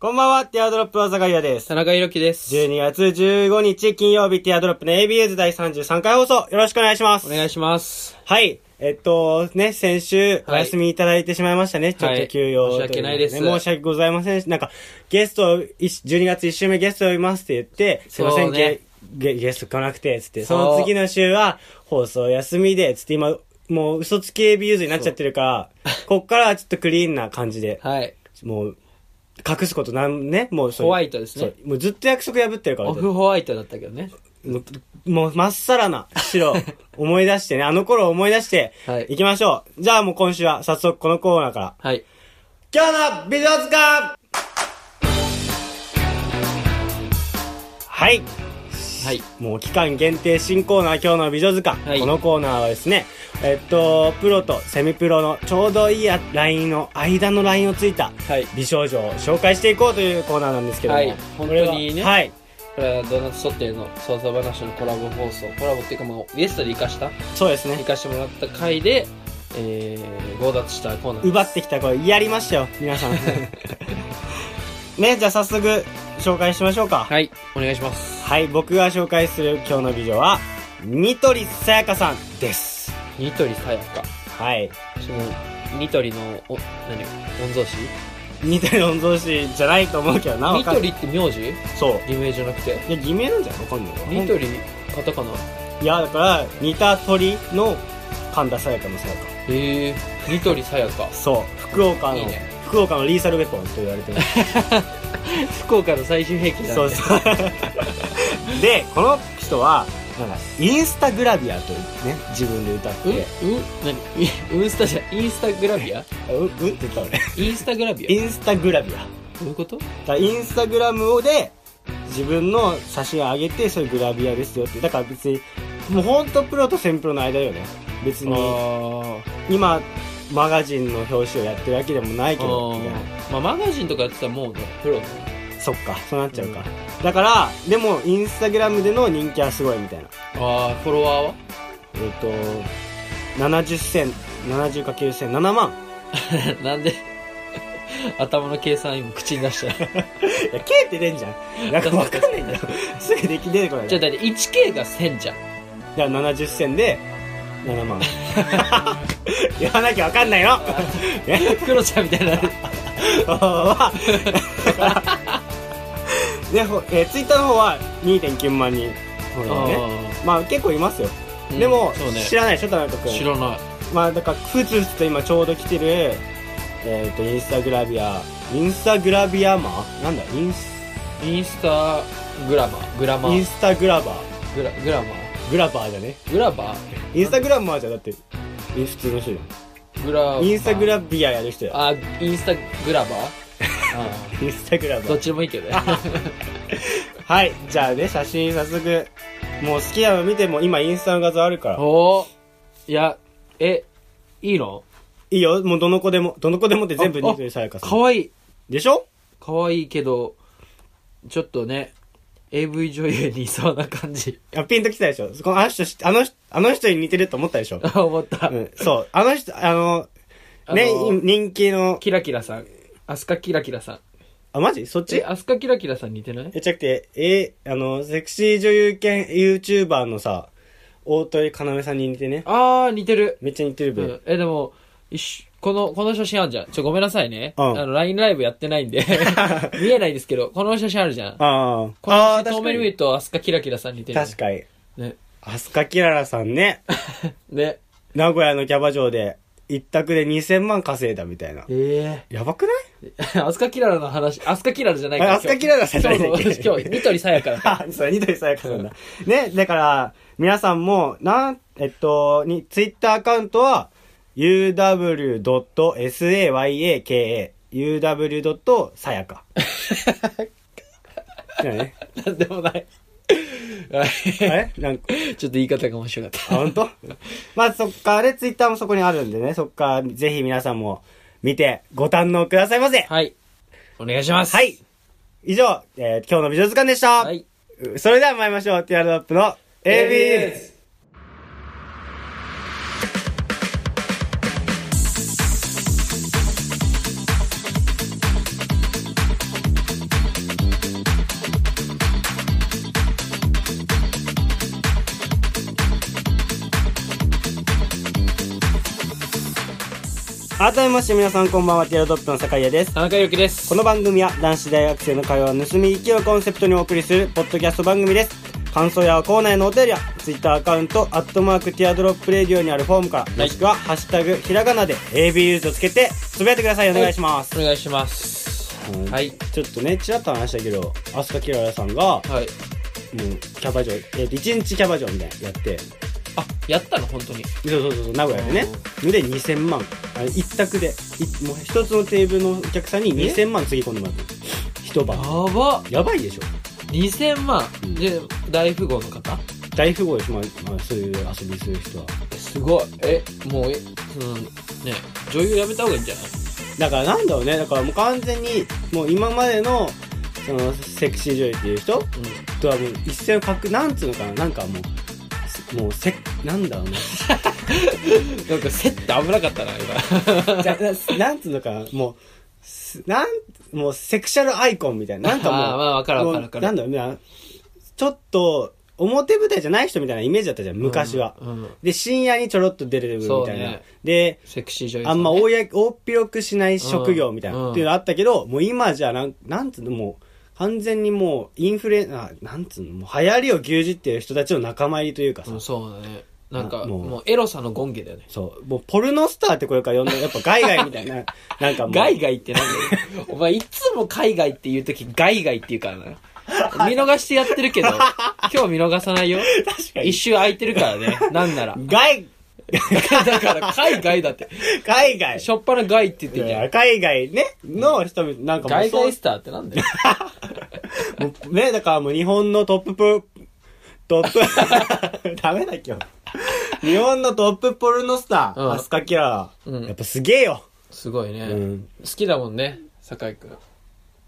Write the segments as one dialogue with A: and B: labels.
A: こんばんは、ティアドロップの坂井也です。
B: 田中裕樹です。
A: 12月15日金曜日、ティアドロップの ABS 第33回放送、よろしくお願いします。
B: お願いします。
A: はい。えっと、ね、先週、お
B: はい
A: 休みいただいてしまいましたね。ちょっ
B: は
A: と
B: い
A: 休養、
B: 申し訳ないです
A: とうことね申し訳ございません。なんか、ゲストを、い12月1週目ゲストを呼びますって言って、すいません、
B: そうね
A: ゲゲゲスト来なくて、つって、そ
B: そう
A: の次の週は、放送休みで、つって今、もう嘘つき AB ユーズになっちゃってる から、こっからはちょっとクリーンな感じで、
B: はい。
A: もう、隠すことなんね、もうそういう
B: ホワイトですね。
A: そうもうずっと約束破ってるから、
B: オフホワイトだったけどね。
A: もう、もうまっさらな 白、思い出してね、あの頃を思い出して、
B: はい
A: 行きましょう。じゃあもう今週は早速このコーナーから。
B: はい。
A: 今日の美術館はい。
B: はい。
A: もう期間限定新コーナー今日の美女図鑑、
B: はい
A: このコーナーはですねえっとプロとセミプロのちょうどいいやラインの間のラインをついた
B: はい
A: 美少女を紹介していこうというコーナーなんですけども、
B: はい本当に
A: これ
B: ね
A: ははい
B: これはドーナツソテーの創造話のコラボ放送。コラボっていうか、まあ、ゲストで生かした、
A: そうです
B: 生
A: ね
B: かしてもらった回で、えー、強奪したコーナーです。
A: 奪ってきた声やりましたよ皆 さんねじゃあ早速紹介しましょうかはい、
B: はい。お願いします。
A: 僕が紹介する今日の美女はニトリさやかさんです
B: ニトリさやか。
A: はい
B: その、ニトリの、お、何御曹司
A: ニトリの御曹司じゃないと思うけどな
B: ニト
A: リ
B: リって名字
A: そう
B: 偽名じゃなくて。
A: いや、偽名なんじゃないわかんないわ
B: ニトリ、カタカナ。
A: いや、だから、似た鳥の神田沙也加の沙也
B: えー、ニトリさやか
A: 加。。そう。福岡の、
B: いいね
A: 福岡のリーサルウェポンと言われてる。
B: 福岡の最終兵器だね。
A: そう そう。で、この人は、なんか、インスタグラビアというね、自分で歌っ
B: うん
A: て、
B: うん何ウンスタじゃインスタグラビア
A: う、うって言った俺。
B: インスタグラビア
A: インスタグラビア。だか
B: どういうこと
A: らインスタグラムをで、自分の写真を上げて、そういうグラビアですよって。だから別に、もうほんとプロとセミプロの間よね。別に、
B: あ
A: 今、マガジンの表紙をやってるわけでもないけど、みたいな。
B: あまあマガジンとかやってたらもうねプロね
A: そっか、そうなっちゃうか。だから、でも、インスタグラムでの人気はすごいみたいな。
B: ああフォロワーは
A: えっ、と、70千、70×1000、7万。
B: なんで頭の計算今口に出した
A: いや、K って出んじゃん。なんかわかんないんだ よ。 すぐでき出てこない
B: じ
A: じ
B: ゃあ
A: ゃ
B: だって 1K が1000じゃん
A: あ70千で、7万。 言わなきゃわかんないの。
B: クロちゃんみたいな
A: は、で、ほえツイッター Twitter の方は2.9万人。ほらね。まあ結構いますよ。
B: うん
A: でも、
B: そうね
A: 知らないでしょ、田中君。
B: 知らない
A: まあだからふつふつと今ちょうど来てるえっ、とインスタグラビアインスタグラビアマーなんだインス
B: インスタグラマーグラマ
A: イン
B: ー
A: スタグラバー
B: グラグラマー
A: グラバーじゃね
B: グラバ
A: インスタグラマーじゃだってえ普通の人じ
B: ーグラ
A: ゃんインスタグラビアやる人や
B: あーインスタグ ラバーあ
A: インスタグラ
B: ーど
A: バ
B: っ
A: ー
B: ちでもいいけ どね
A: はいじゃあね写真早速もう好きなの見ても今インスタの画像あるから
B: おおいやえいいの
A: いいよもうどの子でもどの子でもって全部
B: ああ
A: ニトリさやかさ
B: か
A: ん
B: わいい
A: でしょ
B: かわいいけどちょっとね AV 女優にいそうな感じ
A: あピンときたでしょこのあの人知ってあの人あの人に似てると思ったでしょ
B: あ思った、
A: うん そう。あの人、あの、ね、
B: あの
A: い人気の、
B: キラキラさんアスカキラキラさん
A: あ、マジそっち
B: えアスカキラキラさん似てない
A: え、ちゃくて、え、あの、セクシー女優兼 YouTuber のさ、大鳥かなめさんに似てね。
B: あー似てる、
A: めっちゃ似てる
B: う
A: べ。
B: ん、えでも一緒この、この写真あるじゃん。ちょ、ごめんなさいね。
A: うん
B: あの、LINE ライブやってない んで。見えないですけど、この写真あるじゃん。
A: ああ。
B: こ
A: あ
B: の
A: あ、
B: 写真
A: 確
B: 遠
A: か
B: 目に見
A: に。
B: ると、アスカキラキラさん似てる、
A: 確かに。
B: に。ね。
A: アスカキララさん ね。
B: ね。
A: 名古屋のキャバ嬢で、一択で2000万稼いだみたいな。
B: え
A: やばくない
B: え アスカキララの話、アスカキララじゃないから。
A: あアスカキララじゃないんだ
B: 今
A: っけ
B: 日そうそう今日、ニトリさやから。
A: あ、そう、ニトリさやかさんだ。ね、だから、皆さんも、なん、えっと、に、ツイッターアカウントは、uw.sayaka、uw. さやか。だよね
B: なんでもない。
A: あれなんか、
B: ちょっと言い方が面白か
A: あ、本当？まあ、そっからで、ツイッターもそこにあるんでね、そっから、ぜひ皆さんも見て、ご堪能くださいませ。
B: た。はい。お願いします。
A: はい。以上、えー今日の美術館でした。
B: はい。
A: それでは参りましょう。ティアドロップの AB です。改めまして皆さんこんばんは、ティアドロップの酒屋です。
B: 田中裕樹です
A: この番組は男子大学生の会話を盗み聞きをコンセプトにお送りするポッドキャスト番組です。感想やコーナーへのお便りは、ツイッターアカウント、アットマークティアドロップレディオにあるフォームから、もしくは、ハッシュタグ、ひらがなで ABU とつけて、つぶやいてください。お願いします。
B: お願いします
A: うん
B: はい
A: ちょっとね、ちらっと話したけど、アスカキララさんが、も、
B: はいう
A: キャバ嬢、えっと、1日キャバ嬢みたいなのやって、
B: あやったの本当に
A: そうそうそうそう名古屋でねで2000万あれ一択でいもう一つのテーブルのお客さんに
B: え
A: 2000万つぎ込んでもらう一
B: や
A: 晩
B: ば
A: やばいでしょ
B: 2000万
A: うん
B: で大富豪の方
A: 大富豪でしょ、まあまあ、そういう遊びする人は
B: すごいえもうえそのね女優やめた方がいいんじゃない
A: だからなんだろうねだからもう完全にもう今までのそのセクシー女優っていう人とはもう一線を画くなんつうのかななんかもうもうせなんだろうね
B: うんなんかセって危なかったな今
A: じゃななんつうのかなもうすなんもうセクシャルアイコンみたいななんかもう
B: あーまあわかるわかるわかる
A: もうなんだろうねちょっと表舞台じゃない人みたいなイメージだったじゃん昔は、
B: うんうん
A: で深夜にちょろっと出れるみたい
B: そう
A: な、
B: ね
A: で
B: セクシー女優さ
A: あんま
B: ね
A: 大や大広くしない職業みたいな、
B: うん
A: っていうのあったけどもう今じゃなんなんつうのもう完全にもうインフレあなんつうのもう流行りを牛耳ってる人たちの仲間入りというかさ、
B: うんそうだねなんか
A: あもう
B: もうエロさの権化だよね
A: そうもうポルノスターってこれから呼んでやっぱガイガイみたいななんかもう
B: 海外ってな んだよ。お前いつも海外って言うとき海外って言うからな。見逃してやってるけど、今日見逃さないよ。
A: 確かに
B: 一周空いてるか らね。なんなら。
A: 外、
B: だから海外だって。
A: 海外。
B: しょっぱな外って言ってんじゃん。
A: 海外ね、の人々、なんかもう
B: 海
A: そう
B: 外スターってなんだよ。
A: もうね、だからもう日本のトッププ、トッ プ、ダメだ今日。日本のトップポルノスタ
B: う
A: ー、
B: ん
A: アスカキララ、
B: うん
A: やっぱすげえよ。
B: すごいね。
A: うん
B: 好きだもんね、酒井くん。い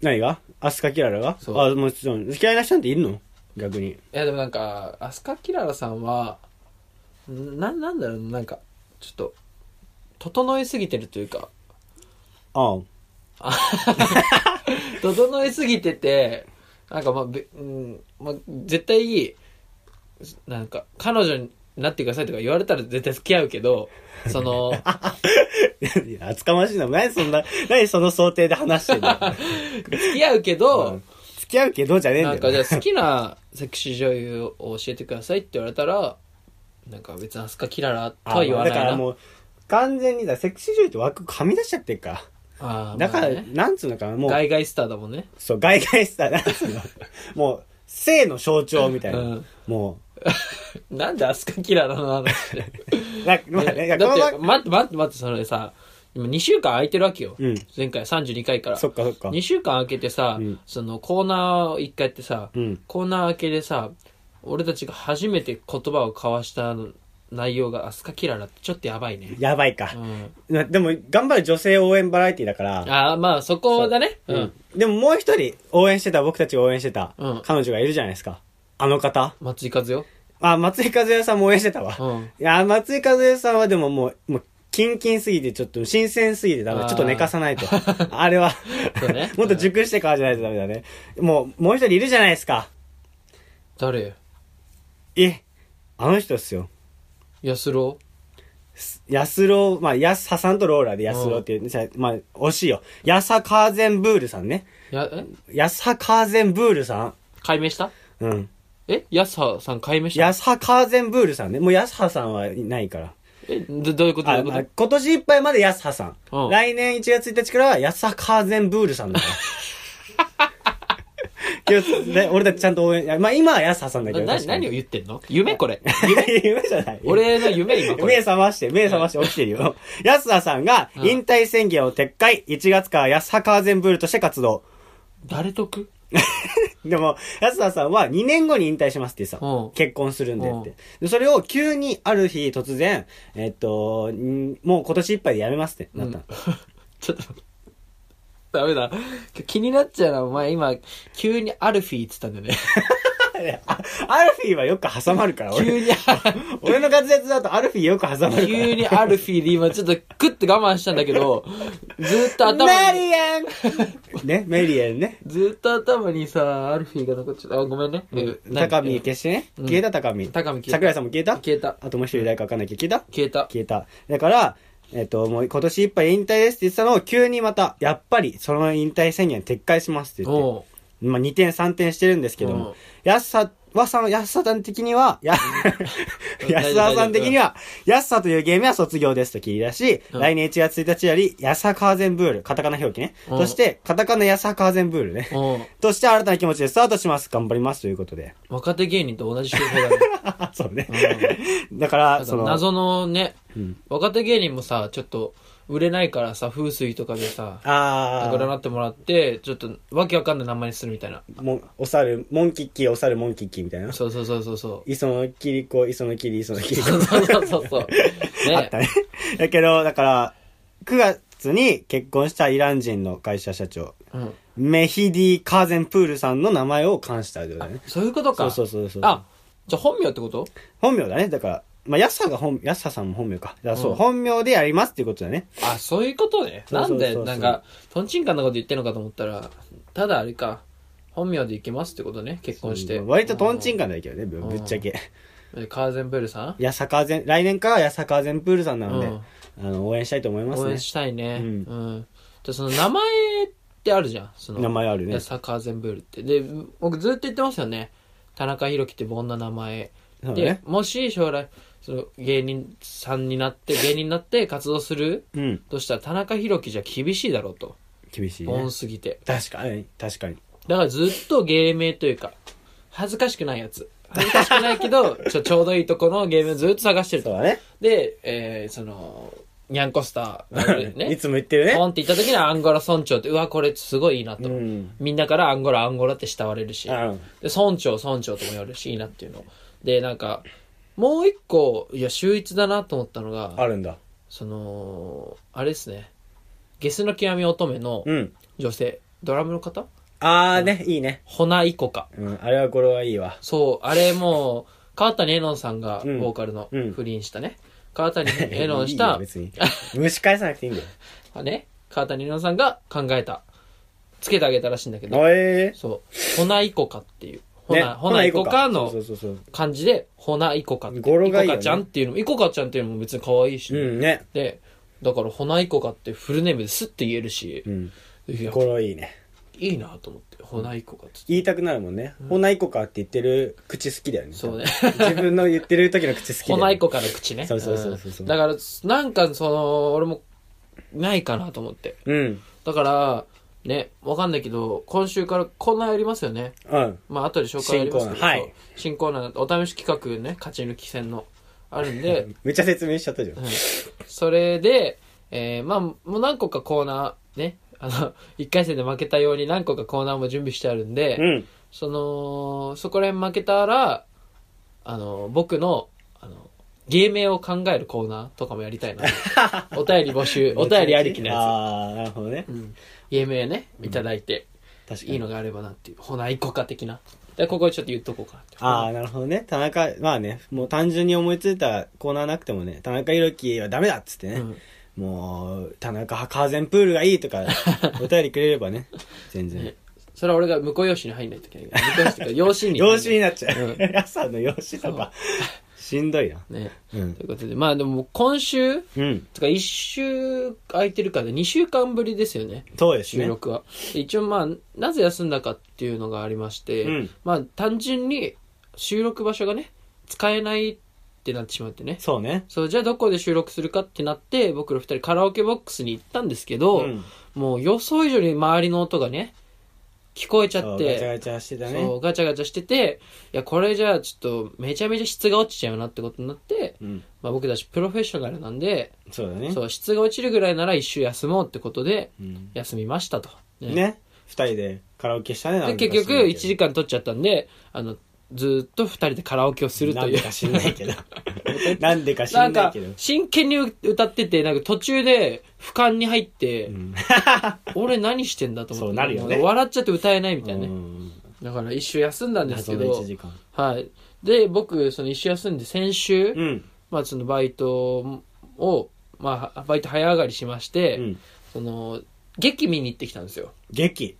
A: 何がアスカキララが
B: そう
A: あ、もちろん。嫌いな人なんているの逆に。
B: やでもなんか、アスカキララさんは、な、なんだろうな、なんか、ちょっと、整えすぎてるというか、
A: あ あ
B: 整えすぎててなんかまあ、べうんまあ、絶対なんか彼女になってくださいとか言われたら絶対付き合うけどそ の
A: いや。厚かましいな。何そんな、何その想定で話してんの
B: 付き合うけど、
A: うん付き合うけどじゃねえんだ
B: な
A: よ。
B: んかじゃあ好きなセクシー女優を教えてくださいって言われたらなんか別にアスカキララとは言わない
A: だか
B: な
A: らもう、完全にだ、セクシー女優って枠はみ出しちゃってるから。
B: あー
A: だから、
B: まあね
A: なんつうのかな、もう、
B: 外外スターだもんね
A: そう、外外した、なんつうの、 もう、性の象徴みたいな。
B: うん
A: も
B: なんでアスカキララの話
A: う、なんか、 まあね、い
B: だ
A: や
B: っ
A: こ
B: て
A: の
B: 待
A: 番
B: って待って待ってそれさ今2週間空いてるわけよ、
A: うん
B: 前回32回から
A: そっかそっか
B: 2。週間空けてさ、
A: うん
B: そのコーナー1回やってさ、
A: うん。
B: コーナー明けでさ俺たちが初めて言葉を交わした内容がアスカキララってちょっとやばいね、
A: やばいか
B: う。ん、
A: なでも、頑張る女性応援バラエティだから、
B: ああまあそこだねう
A: うんん。でももう一人、応援してた、僕たちが応援してた
B: うん、
A: 彼女がいるじゃないですか。あの方。
B: 松井和代
A: あ、松井和代さんも応援してたわ。
B: うん
A: いや、松井和代さんはでももう、もう、キンキンすぎて、ちょっと新鮮すぎてダメ。
B: あー
A: ちょっと寝かさない と。あれは
B: そうね、
A: もっと熟してからじゃないとダメだね。もう、もう一人いるじゃないですか。
B: 誰
A: え、あの人っすよ。
B: 安郎
A: 安郎、まあ、安ささんとローラーで安郎っていう、じゃあまあ、惜しいよ。安さカーゼンブールさんね。
B: やえ
A: 安さカーゼンブールさ
B: 解明した
A: ん。うん。
B: え安葉さん解明した
A: 安さカーゼンブールさんね。もう安ささんはいないから。
B: えどどういうことどうい
A: あ
B: うこ
A: まあ
B: と
A: 今年いっぱいまで安ささ
B: うん
A: ん。来年1月1日からは安さカーゼンブールさんだ から。気をつけてね俺たちちゃんと応援、いやまあ今は安ささんだけど。
B: な
A: 確かに
B: 何を言ってんの夢これ
A: 夢じゃない。
B: 俺の夢今こ
A: 目
B: れ
A: 覚まして、目覚まして起きてるよ。安田さんが
B: うん
A: 引退宣言を撤回、1月から安田カーゼンブールとして活動。
B: 誰得
A: でも、安田さんは2年後に引退しますってさ
B: うん、
A: 結婚するんでっ
B: うん
A: て。で、それを急にある日突然、えっと、んもう今年いっぱいでやめますってなったの。
B: ちょっと、ダメだ。気になっちゃうな、お前今、急にアルフィーって言っ たんだよね。
A: あアルフィーはよく挟まるから、俺。
B: 急に、
A: 俺の滑舌だとアルフィーよく挟まるから。
B: 急にアルフィーで今ちょっとクッて我慢したんだけど、ずーっと頭
A: メ
B: に、
A: リエンね、メリエンね。
B: ずーっと頭にさ、アルフィーが残っちゃった。あ、ごめんね。うん
A: 高見
B: 何
A: 消してね。
B: うん
A: 消えた高見。
B: 高見消えた
A: 桜井さんも消えた
B: 消えた。
A: あともう一人誰かわかんないけど消えた
B: 消えた。
A: 消えた。だから、えっと、もう今年いっぱい引退ですって言ってたのを急にまた、やっぱりその引退宣言撤回しますって言って、
B: おう
A: まあ2点3点してるんですけど
B: うん
A: も、安さ、和さん、安ささん的には、や、 安田さん的には、安さというゲームは卒業ですと切り出し、
B: うん
A: 来年1月1日より、安さカーゼンブール、カタカナ表記ね。
B: うん
A: として、カタカナ安さカーゼンブールね。
B: おう
A: として新たな気持ちでスタートします。頑張ります。ということで。
B: 若手芸人と同じ手法だね。
A: あそうね。だから、その、
B: 謎のね、
A: うん
B: 若手芸人もさ、ちょっと売れないからさ、風水とかでさ、
A: あ
B: 占ってもらって、ちょっとわけわかんない名前にするみたいな。
A: あ、もう、お猿、モンキッキー、お猿、モンキッキーみたいな。
B: そうそうそうそうそう。
A: 磯野キリコ、磯野キリ、磯野キリコ。
B: そうそうそうそうそう。ね。
A: あったね。 だけど、だから、9月に結婚したイラン人の会社社長、
B: うん、
A: メヒディ・カーゼンプールさんの名前を冠したってことだね。
B: そういうこと
A: そ
B: か。
A: うそうそうそう。
B: あ、じゃあ本名ってこと
A: 本名だね。だから、まあ、安さが本、安ささんも本名か。だからそう、
B: うん
A: 本名でやりますっていうことだね。
B: あ、そういうことね。
A: そう
B: な
A: そ
B: ん
A: うそう
B: で、
A: そう
B: なんか、とんちんかんなこと言ってんのかと思ったら、ただあれか、本名で行きますってことね、結婚して。
A: 割とトンチンカンだけどね、ぶぶっちゃけ。
B: うん。カーゼンブールさん
A: 安さカーゼン、来年から安さカーゼンプールさんなので、
B: うん
A: あの、応援したいと思います
B: 応
A: ね
B: 援。したいね。
A: う
B: うんん。じゃあその名前ってあるじゃん。その
A: 名前あるね
B: 安田カーゼンブールって。で、僕ずっと言ってますよね。田中裕樹って凡な名前。
A: そうだ
B: で
A: ね。、
B: もし将来、その芸人さんになって、芸人になって活動する
A: うん。
B: としたら田中裕樹じゃ厳しいだろうと。
A: 厳しいね
B: 凡。すぎて。
A: 確かに、確かに。
B: だからずっと芸名というか、恥ずかしくないやつ。恥ずかしくないけど、 ちょちょうどいいとこの芸名をずっと探してる
A: そう
B: と。
A: だね。
B: で、えー、その、ニャンコスター、
A: い
B: ね、
A: つも言ってるね
B: ポ。ンって言った時にアンゴラ村長って、うわ、これすごいいいなと。
A: うん。
B: みんなからアンゴラ、アンゴラって慕われるし、
A: あ
B: で村長、村長とも言われるし、いいなっていうの。で、なんか、もう一個、いや、秀逸だなと思ったのが、
A: あるんだ。
B: その、あれですね、ゲスの極み乙女の
A: うん。
B: 女性、ドラムの方
A: あーね、いいね。
B: ホナイコカ。
A: うん。あれはこれはいいわ。
B: そう、あれもう、川谷絵音さんが、
A: うん
B: ボーカルの
A: うん、
B: 不倫したね。川谷絵
A: い
B: 音
A: い
B: し
A: よ
B: た、
A: 別に。蒸し返さなくてい いんだよ。
B: ね、川谷絵音さんが考えた、つけてあげたらしいんだけど、
A: あえ
B: そう、ほないこかっていう。
A: ー。
B: ほな、ほないこかの
A: そうそうそうそ
B: 漢字で、ほないこかって。
A: 語呂がいいよね
B: こかちゃんっていうのも、いこかちゃんっていうのも別に可愛い
A: う。
B: しね、
A: うんね。
B: で、だから、ほないこかってフルネームですって言えるし
A: う、ん。
B: いや
A: これはいいね。
B: いいなと思って、ほないこかって。
A: 言いたくなるもんね。ほないこかって言ってる口好きだよね。
B: そうね。
A: 自分の言ってる時の口好きだ
B: ほ
A: よね。
B: ないこかの口ね。
A: そうそうそうそうそうん
B: だから、なんかその、俺も、ないかなと思って。
A: うん。
B: だから、ね、わかんないけど、今週からこんなやりますよね。
A: うん。
B: まあ、後で紹介やりますけど、
A: 新コーナーはい
B: そう新コーナー、お試し企画ね、勝ち抜き戦の、あるんで、
A: めっちゃ説明しちゃったじゃん
B: うん。それで、えーまあ、もう何個かコーナー、ね、あの、1回戦で負けたように何個かコーナーも準備してあるんで、
A: うん。
B: その、そこら辺負けたら、あの、僕の、あの、芸名を考えるコーナーとかもやり たいな。お便り募集、お便りありきのや
A: ああ、なるほどね
B: つ。。うん。芸名ね、いただいて、
A: 確か
B: いい
A: に
B: の。があればなっていう。ほな、一個か的な。で、ここでちょっと言っとこうかなって。
A: ああ、なるほどね。田中、まあね、もう単純に思いついたコーナーなくてもね、田中裕樹はダメだっつってね、
B: うん
A: もう、田中カーゼンプールがいいと か、お便りくれればね、全然
B: ね。それは俺が婿養子に入んないといけないから。婿養子とい うか、養子に。
A: 養子になっちゃ
B: う
A: う。
B: ん
A: ヤさんの養子とか、しんどいな。
B: ね。
A: うん。
B: ということで、まあでも今週、
A: うん。
B: とか1週空いてるから2週間ぶりですよね。
A: そうです
B: 収
A: ね。
B: 録は。で一応まあ、なぜ休んだかっていうのがありまして、
A: うん
B: まあ単純に収録場所がね、使えないってなってしまってね。
A: そうね。
B: そう、じゃあどこで収録するかってなって、僕ら二人カラオケボックスに行ったんですけど、
A: うん
B: もう予想以上に周りの音がね、聞こえちゃ
A: そ
B: っ
A: うガチャガ
B: て、
A: チャしてたね。
B: そう、ガチャガチャしてて、いや、これじゃあちょっとめちゃめちゃ質が落ちちゃうなってことになって、
A: うん。
B: まあ僕たちプロフェッショナルなんで、
A: そうだね。
B: そう、質が落ちるぐらいなら一周休もうってことで、
A: うん
B: 休みましたと。ね
A: ね。二人でカラオケしたね、
B: で、結局1時間取っちゃったんで、あの、ずーっと2人でカラオケをするという。
A: ないけど。なんでか知
B: なんん
A: ない
B: か
A: けど。、
B: 真剣に歌ってて、なんか途中で、俯瞰に入って、 俺何してんだと思って。
A: そうなるよね
B: もう笑っちゃって歌えないみたいな
A: う
B: ね。
A: ん
B: だから一周休んだんですけ
A: 謎の
B: ど
A: 1、時間。
B: はい。で、僕、その一周休んで先週、
A: うん。
B: まあそのバイトを、まあバイト早上がりしまして、
A: うん
B: その、劇見に行ってきたんですよ。
A: 劇。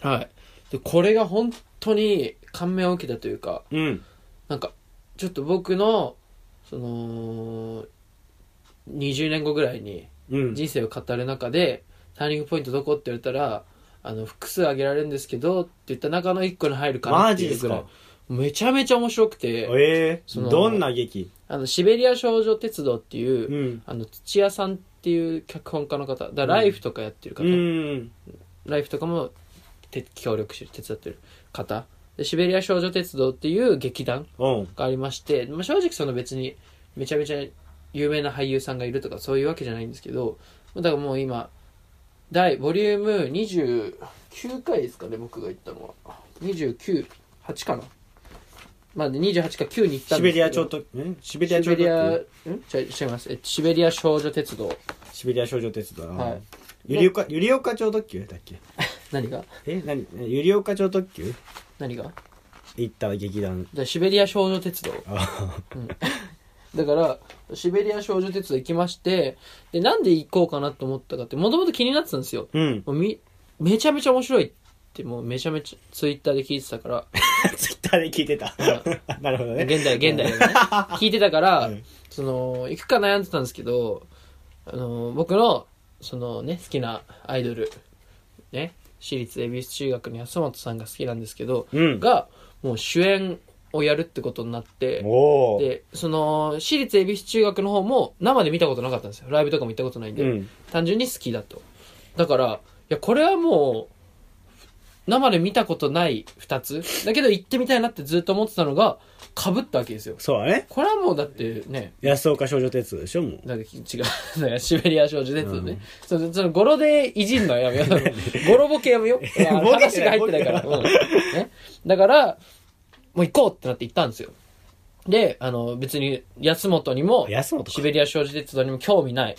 B: はい。で、これが本当に感銘を受けたというか、
A: うん。
B: なんか、ちょっと僕の、その、20年後ぐらいに、
A: うん。
B: 人生を語る中で、ターニングポイントどこって言われたら、あの、複数挙げられるんですけど、って言った中の一個に入るかなっていうぐらい
A: マジ。
B: めちゃめちゃ面白く
A: え
B: て、
A: え
B: その
A: どんな劇
B: あの、シベリア少女鉄道っていう、
A: うん。
B: あの、土屋さんっていう脚本家の方、だからライフとかやってる方、
A: うん。
B: ライフとかもて協力して手伝ってる方。で、シベリア少女鉄道っていう劇団
A: うん。
B: がありまして、まあ、正直その別にめちゃめちゃ有名な俳優さんがいるとかそういうわけじゃないんですけどだからもう今第ボリューム29回ですかね僕が行ったのは298かなまあね28か9に行った
A: シ
B: ん
A: ベ
B: ですけど
A: リア超特、んシベリ
B: シ
A: ア
B: ベ
A: 超
B: リア
A: 特
B: んちゃ違いますえっとシベリア少女鉄道
A: シベリア少女鉄道。
B: はい
A: ゆりおか、ゆりおか超特急だっけ
B: 何が
A: え、なに、ゆりおか超特急
B: 何が
A: 行った劇団。
B: じゃあシベリア少女鉄道
A: あ
B: だからシベリア少女鉄道行きましてでなんで行こうかなと思ったかってもともと気になってたんですよ
A: うん。
B: もうみめちゃめちゃ面白いってもうめちゃめちゃツイッターで聞いてたから
A: ツイッターで聞いてた。 なるほどね。
B: 現代現代 でね聞いてたから、
A: うん
B: その行くか悩んでたんですけどあの僕のそのね好きなアイドルね私立恵比寿中学の安本さんが好きなんですけど、
A: うん
B: がもう主演をやるってことになって
A: おー。
B: でその私立恵比寿中学の方も生で見たことなかったんですよライブとかも行ったことないんで、
A: うん。
B: 単純に好きだとだからいやこれはもう生で見たことない2つだけど行ってみたいなってずっと思ってたのがかぶったわけですよ
A: そうだね。
B: これはもうだってね
A: 安岡少女鉄道でしょ、もう。
B: なんか違うなんかシベリア少女鉄道
A: う
B: ね
A: ん、
B: そのその語呂でいじんのやめよ う語呂ボケやめよういや
A: ボケじ
B: 話
A: ゃ
B: が
A: ない
B: 入ってないから、うんね、だからもう行こうってなって行ったんですよであの別に安本にも
A: 安本か
B: シベリア少女鉄道にも興味ない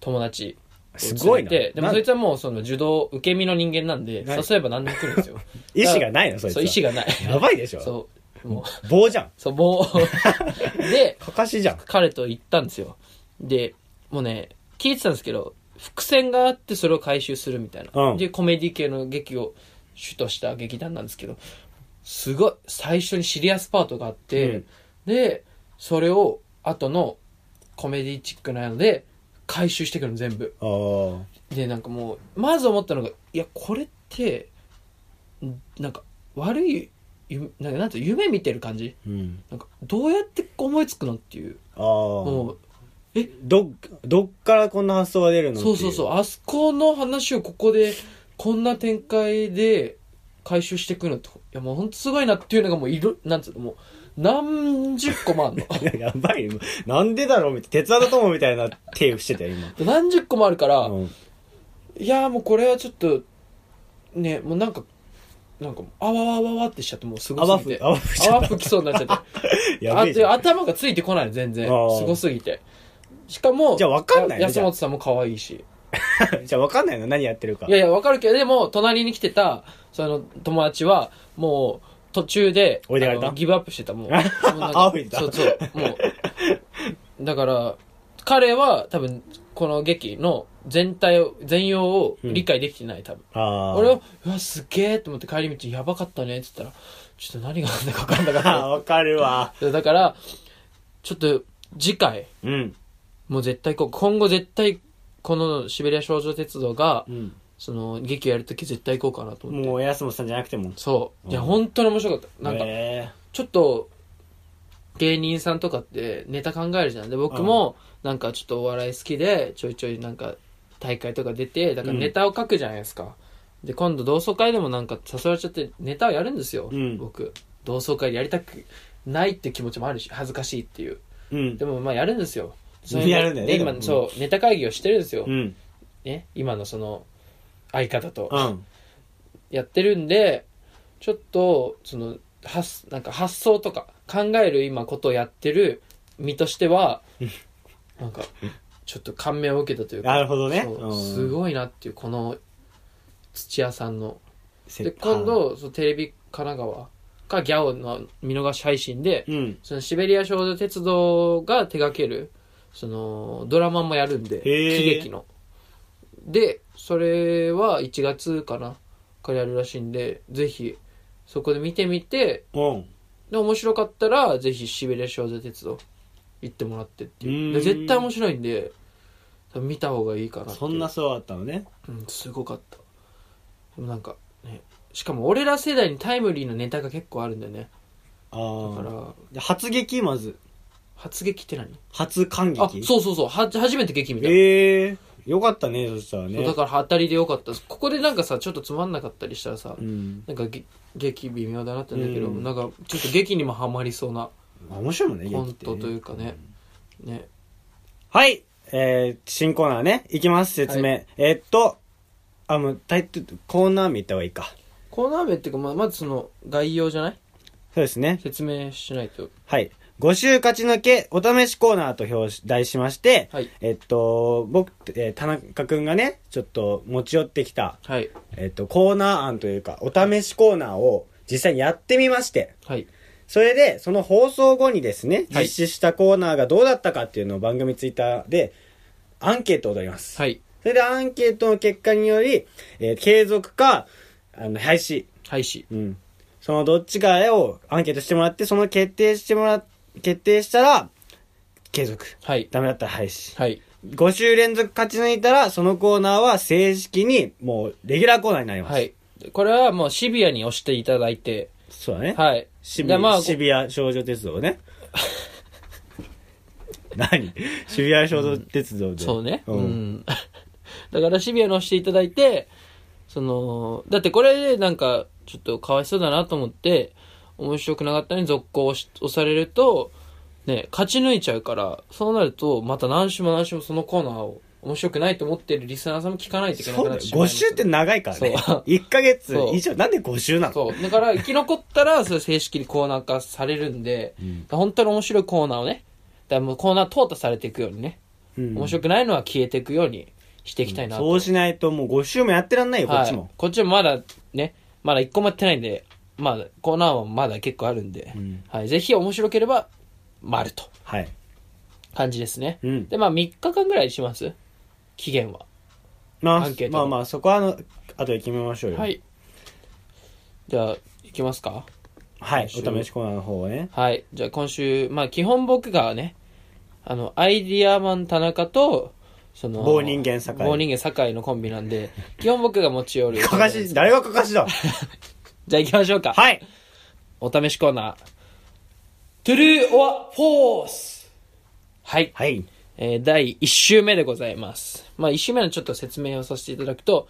B: 友達
A: すごいな。
B: でも
A: なん
B: そいつはもうその受動受け身の人間なんで
A: はい
B: 誘えば何でも来るんです よ
A: 意志がないの、そいつ
B: そ
A: は。
B: う意志がない
A: やばいでしょ。
B: そうもう
A: 棒じゃん。
B: そうもう で
A: かかしじゃん。
B: 彼と行ったんですよでもうね聞いてたんですけど伏線があってそれを回収するみたいな、
A: うん
B: でコメディ系の劇を主とした劇団なんですけどすごい最初にシリアスパートがあって、
A: うん
B: でそれを後のコメディチックなので回収してくるの全部
A: あー。
B: でなんかもうまず思ったのがいやこれってんなんか悪いゆなんかなんていう夢見てる感じ
A: うん。
B: なんかどうやって思いつくのっていう
A: あー
B: も。う
A: ど、どっからこんな発想が出るの。
B: そうそうそううあそこの話をここでこんな展開で回収してくるのっていやもうほんとすごいなっていうのがもういるなんつうのもう何十個もあるの
A: やばいよ。なんでだろうみたいな。鉄腕の友みたいな手をしてたよ、今。
B: 何十個もあるから、
A: うん
B: いやーもうこれはちょっとねもうなんかなんかもうあわわわわってしちゃってもうすごすぎて
A: 泡吹き泡
B: 泡吹きそうになっちゃって
A: や
B: あ
A: べえじ
B: で
A: ゃん。
B: 頭がついてこないの全然す
A: あー
B: ごすぎてしかも
A: じゃあわかんないね
B: や安本さんも可愛いし
A: じゃあわかんないの何やってるか
B: い。やいやわかるけどでも隣に来てたその友達はもう途中で
A: 追い出られた
B: あのギブアップしてた もうもうなんか
A: あ追い出た
B: そうそうもうだから彼は多分この劇の全体を全容を理解できてない多分、
A: あー
B: 俺はうわすげえと思って帰り道やばかったねって言ったらちょっと何があんだか分かんなかっ
A: あー
B: た
A: わかるわ。
B: でだからちょっと次回
A: うん。
B: もう絶対こう今後絶対このシベリア少女鉄道が
A: うん。
B: その劇をやるとき絶対行こうかなと思って
A: もう、安本さんじゃなくても。
B: そういや
A: うん
B: 本当に面白かったなんか
A: へ
B: ちょっと芸人さんとかってネタ考えるじゃんで僕もなんかちょっとお笑い好きでちょいちょいなんか大会とか出てだからネタを書くじゃないですか、で今度同窓会でもなんか誘われちゃってネタをやるんですよ、
A: うん
B: 僕同窓会でやりたくないって気持ちもあるし恥ずかしいっていう
A: ーうん
B: で。もまあやるんですよそれ
A: やるんだよね
B: で
A: でも
B: 今そうネタ会議をしてるんですよ、
A: うん。
B: ね、今のその相方と
A: うん。
B: やってるんでちょっとその発なんか発想とか考える今ことをやってる身としてはなんかちょっと感銘を受けたというか
A: なるほどね。
B: そう
A: うん
B: すごいなっていうこの土屋さんので
A: せ
B: 今、度そうテレビ神奈川かギャオの見逃し配信で
A: うん。
B: そのシベリア少女鉄道が手掛けるそのドラマもやるんで
A: へー
B: 喜劇のでそれは1月かなからやるらしいんでぜひそこで見てみて
A: うん。
B: で面白かったらぜひシベリア少女鉄道行ってもらってっていうう
A: ーん
B: で絶対面白いんで多分見た方がいいかなっていう
A: そんなすごかったのね
B: うん、すごかった。でもなんか、ね、しかも俺ら世代にタイムリーなネタが結構あるんだよね。だか
A: あ
B: ら、
A: あ初劇まず
B: 初劇って何
A: 初感
B: あ、
A: 激
B: そうそうそう、は初めて劇見た。
A: ええよかったねそしたら
B: そう
A: ね
B: だから当たりでよかったです。ここでなんかさ、ちょっとつまんなかったりしたらさ、
A: うん
B: なんかげ劇微妙だなってんだけど、
A: うん
B: なんかちょっと劇にもハマりそうな
A: まあ面白いもんね
B: コ
A: 劇っ
B: ン
A: てね
B: トというかね。ね。
A: はいえー、新コーナーねいきます説明、
B: は
A: えーっとあもうタイトルコーナー見た方がいいか
B: コーナー名っていうか、まあまずその概要じゃない
A: そうですね
B: 説明しないと。
A: はい5週勝ち抜けお試しコーナーと表し題しまして、
B: はい。
A: えっと、僕、えー田中くんがね、ちょっと持ち寄ってきた、
B: はい。
A: えっと、コーナー案というか、お試しコーナーを実際にやってみまして、
B: はい。
A: それで、その放送後にですね、
B: はい
A: 実施したコーナーがどうだったかっていうのを番組ツイッターで、アンケートを取ります。
B: はい。
A: それで、アンケートの結果により、えー継続か、あの、廃止。
B: 廃止。
A: うん。そのどっちかをアンケートしてもらって、その決定してもら、決定したら、継続。
B: はい。
A: ダメだったら廃止。
B: はい。
A: 5週連続勝ち抜いたら、そのコーナーは正式に、もう、レギュラーコーナーになります。
B: はい。これはもうシビアに押していただいて、
A: そうだね。
B: はい。
A: シビ
B: でまあ、
A: シビア少女鉄道 ね。何 シビア少女鉄道で。
B: そうね。
A: う
B: うんん。 だからシビアに押していただいて、その、だってこれなんか、ちょっとかわいそうだなと思って、面白くなかったのに続行をし押されると、ね、勝ち抜いちゃうから、そうなると、また何週も何週もそのコーナーを面白くないと思ってるリスナーさんも聞かないといけな
A: そ
B: く
A: うだ
B: なっ
A: よ。
B: てしまいま
A: 5
B: す
A: 週って長いからね。
B: そう
A: 1ヶ月
B: そう
A: 以上、なんで5週なの
B: そう。だから、生き残ったら、それ正式にコーナー化されるんで、
A: ん
B: 本当に面白いコーナーをね、だからもうコーナー淘汰されていくようにね、
A: うん
B: 面白くないのは消えていくようにしていきたいなと。
A: そうしないともう5週もやってらんないよ、こ
B: はい
A: っちも。
B: こっちもまだね、まだ一個もやってないんで、まあ、コーナーはまだ結構あるんで、
A: うん
B: はい。ぜひ面白ければ、丸と。
A: はい。
B: 感じですね。
A: うん
B: で、まあ、3日間ぐらいします期限は。
A: ま
B: アンケ
A: あ、
B: ート
A: まあまあ、そこはあの、後で決めましょうよ。
B: は。い。じゃあ、いきますか。
A: はい。お
B: 今週
A: 試しコーナーの方をね。
B: はい。じゃあ今週、まあ基本僕がね、あの、アイディアマン田中と、その、
A: 棒人間酒井
B: 棒人間酒井のコンビなんで、基本僕が持ち 寄る。
A: かかし、誰がかかしだ
B: じゃあ行きましょうか。
A: はい。
B: お試しコーナー。トゥルー・オア・フォースはい。
A: はい。
B: えー第1週目でございます。まあ、1週目のちょっと説明をさせていただくと、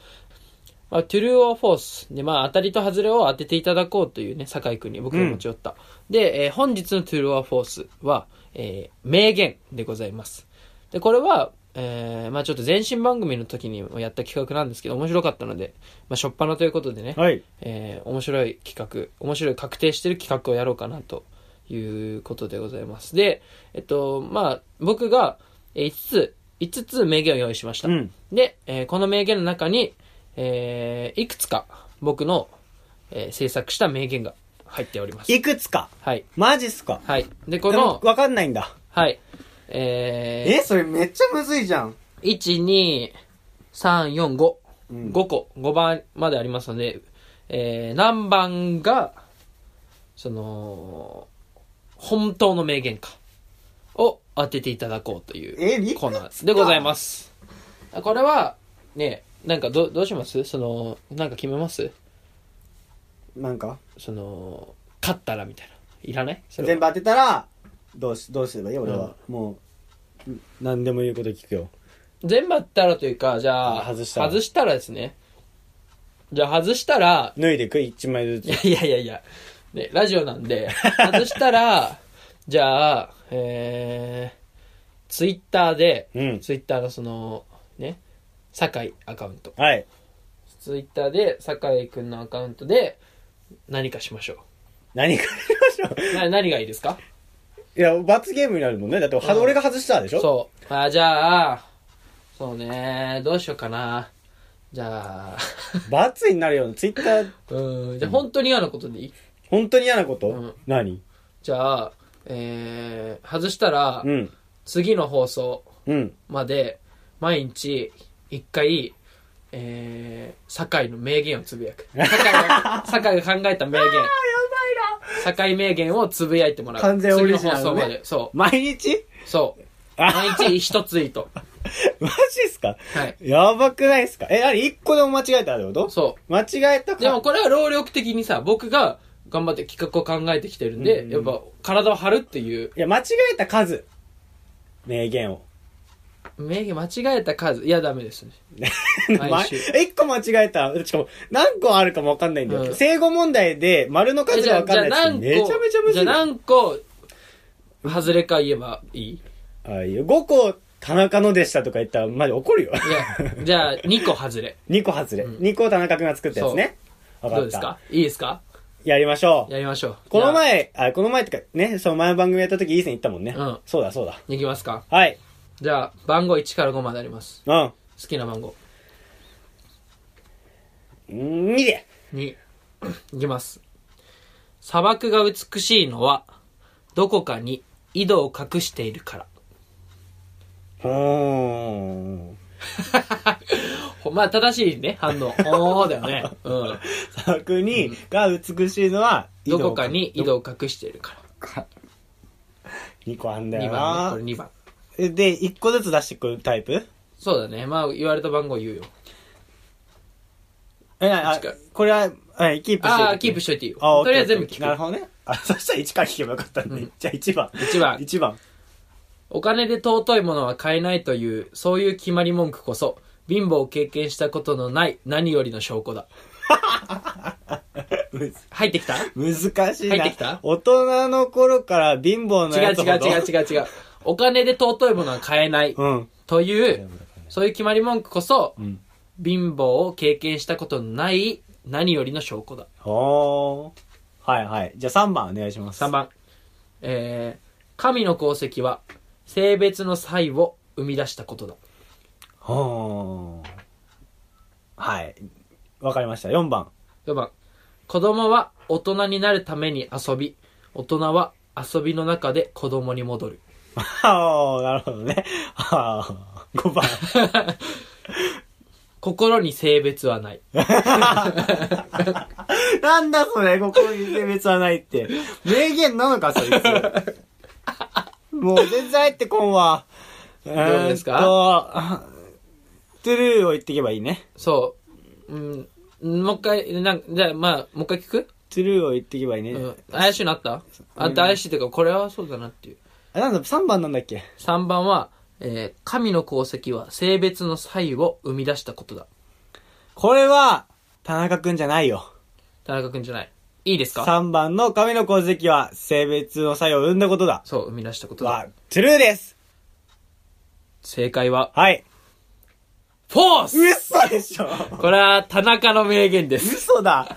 B: まあ、トゥルーオーフォースで、まあ、当たりと外れを当てていただこうというね、酒井君に僕が持ち寄った。で、えー本日のトゥルーオーフォースは、えー名言でございます。で、これは、えーまあ、ちょっと前身番組の時にもやった企画なんですけど、面白かったので、まあ、しょっぱなということでね、
A: はい。
B: えー面白い企画、面白い確定してる企画をやろうかなということでございます。で、えっと、まあ、僕がえー5つ、5つ名言を用意しました。
A: うん
B: で、えーこの名言の中に、えーいくつか僕の、えー制作した名言が入っております。
A: いくつか。
B: はい。
A: マジっすか
B: はい。で、こ
A: でも
B: の、
A: わかんないんだ。
B: はい。え
A: え、それめっちゃむずいじゃん。
B: ー、1、2、3、4、5。
A: うん
B: 5個、5番までありますので、えー、何番が、その、本当の名言か、を当てていただこうという
A: えいくつか
B: コーナーでございます。これは、ね、なんかど、どうしますその、なんか決めます
A: なんか
B: その、勝ったらみたいな。いらないそれは
A: 全部当てたら、どうし、どうすればいい俺は。もう、何でも言うこと聞くよ。
B: 全部あったらというか、じゃあ、
A: 外したら
B: 外したらですね。じゃあ、外したら、
A: 脱いでいく一枚ず
B: い
A: つ。
B: やいやいやいや、ね、ラジオなんで、外したら、 じゃあ、えー、ツイッターで、
A: うん。
B: ツイッターのその、ね、酒井アカウント。
A: はい。
B: ツイッターで、酒井くんのアカウントで、何かしましょ
A: 何かやりましょ
B: う。な何がいいですか
A: う。いや、罰ゲームになるもんね。だって、は
B: うん
A: 俺が外したらでしょ
B: そう。あ、じゃあ、そうね、どうしようかな。じゃあ、
A: 罰になるような、ツイッター、
B: うん、じゃあ本当に嫌なことでいい
A: 本当に嫌なこ
B: うん
A: と何
B: じゃあ、えー、外したら
A: う、ん。
B: 次の放送、
A: うん。
B: まで毎日一回、えー、酒井の名言をつぶやく。 酒井が、酒井が考えた名言。酒井名言をつぶやいてもらう。
A: 完全オリジナルね
B: 次の放送まで。そ
A: 毎日
B: う。そう。
A: あ
B: 毎日一ツイート。
A: マジっすか
B: はい。
A: やばくないっすかえ、あれ、一個でも間違えたってこと
B: そ
A: 間違えた
B: う。で
A: か
B: もこれは労力的にさ、僕が頑張って企画を考えてきてるんで、
A: うん
B: やっぱ体を張るっていう、
A: いや、間違えた数。名言を。
B: 名言間違えた数、いやダメです ね。毎週
A: ま一個間違えた。しかも、何個あるかもわかんないんだよ。
B: うん
A: 正誤問題で、丸の
B: え
A: 数
B: じゃ
A: が
B: あ
A: わか
B: じゃあ
A: んないやつ
B: 何
A: ってめち
B: 個、
A: ゃめちゃむ
B: じゃあ
A: ずい。
B: 何個、外れか言えばいい
A: あいいよ5個、田中のでしたとか言ったら、マジ怒るよ。
B: いや、じゃあ2個外れ。
A: 2個外れ。
B: うん
A: 2個田中くんが作ったやつね。わ
B: ど
A: か
B: う
A: っ
B: です
A: た。
B: かいいですか
A: やりましょう。
B: やりましょう。
A: この前、あ、この前ってか、ね、その前の番組やった時いい線いったもんね。
B: うん
A: そうだそうだ。
B: じゃあ。いきますか。
A: はい。
B: じゃあ、番号1から5まであります。
A: うん。
B: 好きな番号。
A: 2で。
B: に、 いきます。砂漠が美しいのは、どこかに井戸を隠しているから。
A: ほーん。
B: ほまあ、正しいね、反応。おーだよね。うん。
A: 砂漠に、が美しいのは、
B: どこかに井戸を隠しているか
A: 2個あん
B: ら。
A: だ
B: 2
A: よ
B: 番ね、
A: な
B: これ。2番。
A: えで、1個ずつ出してくるタイプ
B: そうだね。まあ、言われた番号言うよ。
A: え、なあ
B: 一から、
A: これは、はい、キープして
B: ああ、キープしといていいよ。
A: あオッケ
B: と
A: ー
B: りあえず全
A: な
B: 部
A: る
B: 聞く。
A: ほどね。あ、そしたら1から聞けばよかったね。
B: うん
A: じゃあ1番。
B: 1番。
A: 1番。
B: お金で尊いものは買えないという、そういう決まり文句こそ、貧乏を経験したことのない何よりの証拠だ。
A: む
B: 入ってきた
A: 難 しいな。
B: 入ってきた
A: 大人の頃から貧乏な
B: 違う
A: やつほど
B: 違う違う違う違う。お金で尊いものは買えない。
A: うん。
B: という、そういう決まり文句こそ、
A: うん。
B: 貧乏を経験したことのない何よりの証拠だ。
A: ほー。はいはい。じゃあ3番お願いします。
B: 3。番。えー、神の功績は、性別の才を生み出したことだ。
A: ほー。はい。わかりました。4番。
B: 4番。子供は大人になるために遊び、大人は遊びの中で子供に戻る。
A: あー、なるほどね。あー。5番。
B: 心に性別はない。
A: なんだそれ、ここに性別はないって。名言なのか、そいつ。もう全然入ってこんわ。ど
B: うですか
A: トゥルーを言っていけばいいね。
B: そう。うん、もう一回、なんじゃあまあ、もう一回聞く、
A: トゥルーを言っていけばいいね。
B: うん、怪しいのあったあんた怪しいというか、これはそうだなっていう。
A: あ、なんだ、3番なんだっけ
B: 3番は、えー神の功績は性別の才を生み出したことだ。
A: これは、田中くんじゃないよ。
B: 田中くんじゃない。いいですか
A: 3番の神の功績は性別の作用を生んだことだ。
B: そう、生み出したことだ。
A: は、トゥルーです。
B: 正解は、
A: はい。
B: フォース
A: 嘘でしょ
B: これは田中の名言です。
A: 嘘だ。
B: あ、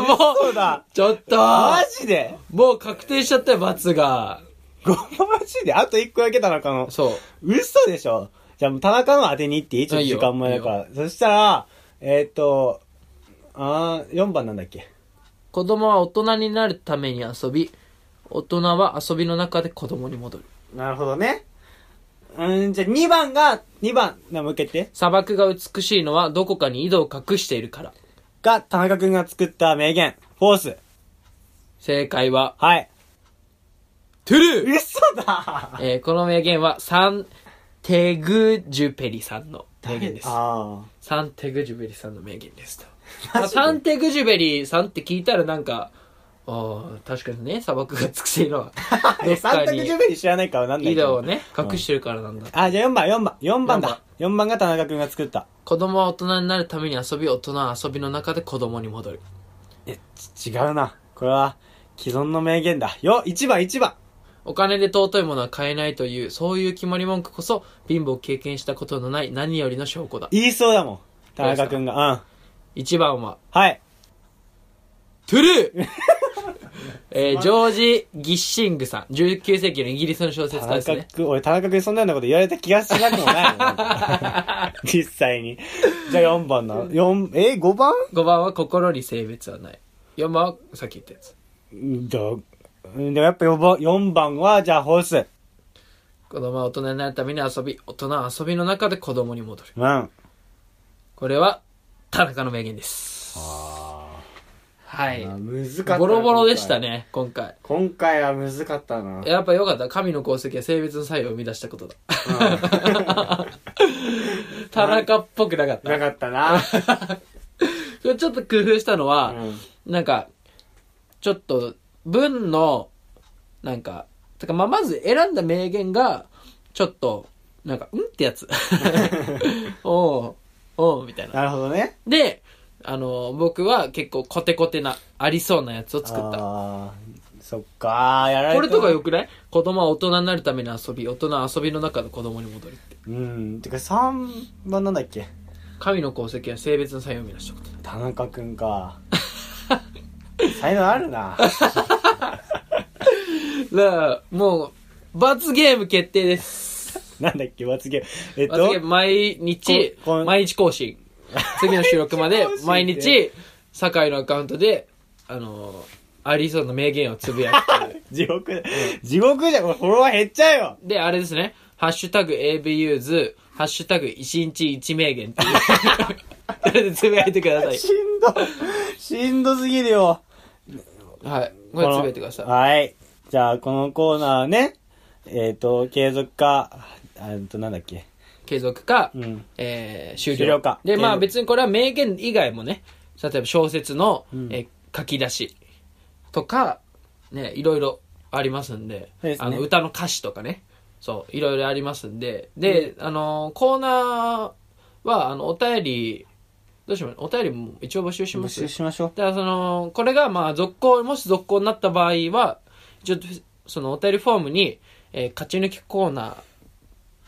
B: も
A: 嘘
B: う、
A: だ。
B: ちょっと、
A: マジで
B: もう確定しちゃったよ、罰が。
A: ごマジであと1個だけ田中の。
B: そ
A: 嘘でしょじゃあもう田中の当てに行っていいちょっと
B: いい
A: 時
B: よ
A: 間前だから。そしたら、えーっ、と、あー、4番なんだっけ
B: う。子供は大人になるために遊び、大人は遊びの中で子供に戻る。
A: なるほどね。うーん、じゃあ2番が、2番、な、向けて。
B: 砂漠が美しいのはどこかに井戸を隠しているから。
A: が、田中くんが作った名言。フォース。
B: 正解は、
A: はい。
B: トゥルー
A: 嘘だ
B: えーこの名言はサン・テグジュペリさんの名言です。
A: あ
B: サン・テグジュペリさんの名言ですと。まあサン・テグジュペリさんって聞いたらなんか、あー確かにね、砂漠が美しいのは、
A: ー。
B: ど
A: え、
B: っか
A: 三択
B: に
A: 十分に知らないからなんない
B: 井
A: け
B: 戸
A: ど
B: をね、隠してるからなんだ。
A: あ、じゃあ4番、4番、4番だ。4番が田中くんが作った。
B: 子供は大人になるために遊び、大人は遊びの中で子供に戻る。
A: え、ち違うな。これは、既存の名言だ。よ、1番、1番。
B: お金で尊いものは買えないという、そういう決まり文句こそ、貧乏を経験したことのない何よりの証拠だ。
A: 言いそうだもん。田中くんが。うん。
B: 一番は、
A: はい。
B: トゥル ーえージョージ・ギッシングさん。19世紀のイギリスの小説
A: 田
B: 家です
A: 中
B: ね。
A: 君、俺田中君そんなようなこと言われた気がしなくもない もん。実際に。じゃあ4番な。四え、5番
B: 5番は心に性別はない。4番はさっき言ったやつ。
A: じゃあうんでもやっぱ4番四番は、じゃあホース。
B: 子供は大人になるために遊び、大人は遊びの中で子供に戻る。
A: うん。
B: これは、田中の名言です。はい
A: あ難かった
B: ボロボロでしたね今回
A: 今回今回は難かったな
B: やっぱよかった神の功績は性別の作用を生み出した ことだ田中っぽくなかった
A: なかった な、
B: ちょっと工夫したのは、
A: うん
B: なんか、ちょっと、文の、なんか、てかまあ、まず選んだ名言が、ちょっと、なんか、うんって やつ。おう、おう、みたいな。
A: なるほどね
B: で、あの、僕は結構コテコテな、ありそうなやつを作った。
A: あーそっかやられた
B: これとかよくない子供は大人になるための遊び、大人は遊びの中の子供に戻るって。
A: うんてか3番なんだっけ
B: 神の功績は性別の作用を見出したことだ。
A: 田中くん か才能あるな
B: だから、もう、罰ゲーム決定です。
A: なんだっけ罰ゲームえっ
B: 罰ゲー
A: と
B: ム毎日
A: ここん、
B: 毎日更新。次の収録まで
A: 毎日更新って
B: 毎日、酒井のアカウントで、あのーありそうな名言をつぶやくっていう
A: 地獄、地獄じゃんこれフォロワー減っちゃうよ
B: で、あれですね、ハッシュタグ ABUs、ハッシュタグ1日1名言っていう。それでつぶやいてください。
A: しんどしんどすぎるよ
B: はい。これつぶやいてください。
A: はい。じゃあ、このコーナーね、えっ、と、継続か、えっと、なんだっけ。
B: 継続か、
A: うん。
B: えー終了。
A: 終了か
B: で、ま
A: 継
B: あ
A: 続
B: 別にこれは名言以外もね、例えば小説の、
A: うん
B: えー書き出しとか、ね、いろいろありますんで、
A: そうですね
B: あの歌の歌詞とかね、そう、いろいろありますんで、で、あのー、コーナーは、あの、お便り、どうしますお便りも一応募集しま
A: 募
B: す
A: 集しましょう。
B: だからその、これがまあ続行、もし続行になった場合は、ちょっと、そのお便りフォームに、えー勝ち抜きコーナ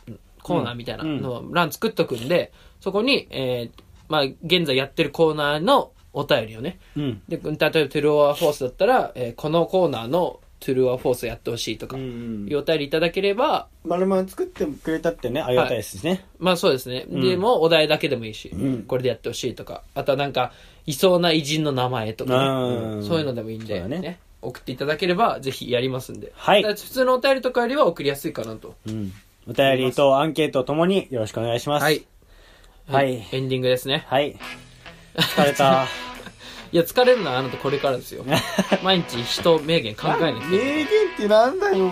B: ー、コーナーみたいなのを欄作っとくんで、そこに、えーまあ現在やってるコーナーのお便りをね、
A: うん。
B: で、例えばトゥルオアフォースだったら、えーこのコーナーのトゥルオアフォースやってほしいとか、
A: う
B: い
A: ん。
B: うお便りいただければ、
A: 丸々作ってくれたってね、ありがたいですね。
B: まあそうですね。でも、お題だけでもいいし、
A: うん
B: これでやってほしいとか、あとはなんか、いそうな偉人の名前とかね、
A: うん
B: そういうのでもいいん
A: そう
B: で、
A: だ
B: ね
A: ね
B: 送っていただければ、ぜひやりますんで。
A: はい
B: だから普通のお便りとかよりは送りやすいかなと。
A: うん。お便りとアンケートともによろしくお願いします。
B: はい。。
A: はい。
B: エンディングですね。
A: はい。疲れ た。
B: いや、疲れるのはあなたこれか らですよ。毎日人名言考えないといけない
A: 名言ってなんだよ。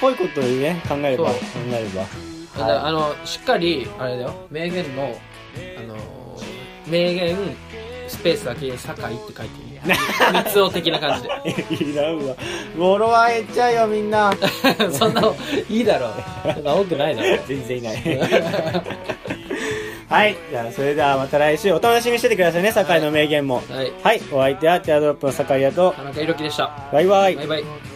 A: ぽいことにね、考えれば、
B: そう
A: 考えれば。
B: だからあのしっかりあれだよ名言のあのー名言スペースだけ酒井って 書いてみる三つ男的な感じ
A: い。いらんわ。フォロワー減っちゃうよ、みんな。
B: で そんなのいいだろうそんな多くないだろう
A: 全然いない。 はい。じゃあ、それではまた来週お楽しみにしててくださいね、酒井の名言も。
B: はい
A: はい。お相手はティアドロップの酒井だと、
B: 田中裕樹でした
A: バイバイ
B: バイ。バイ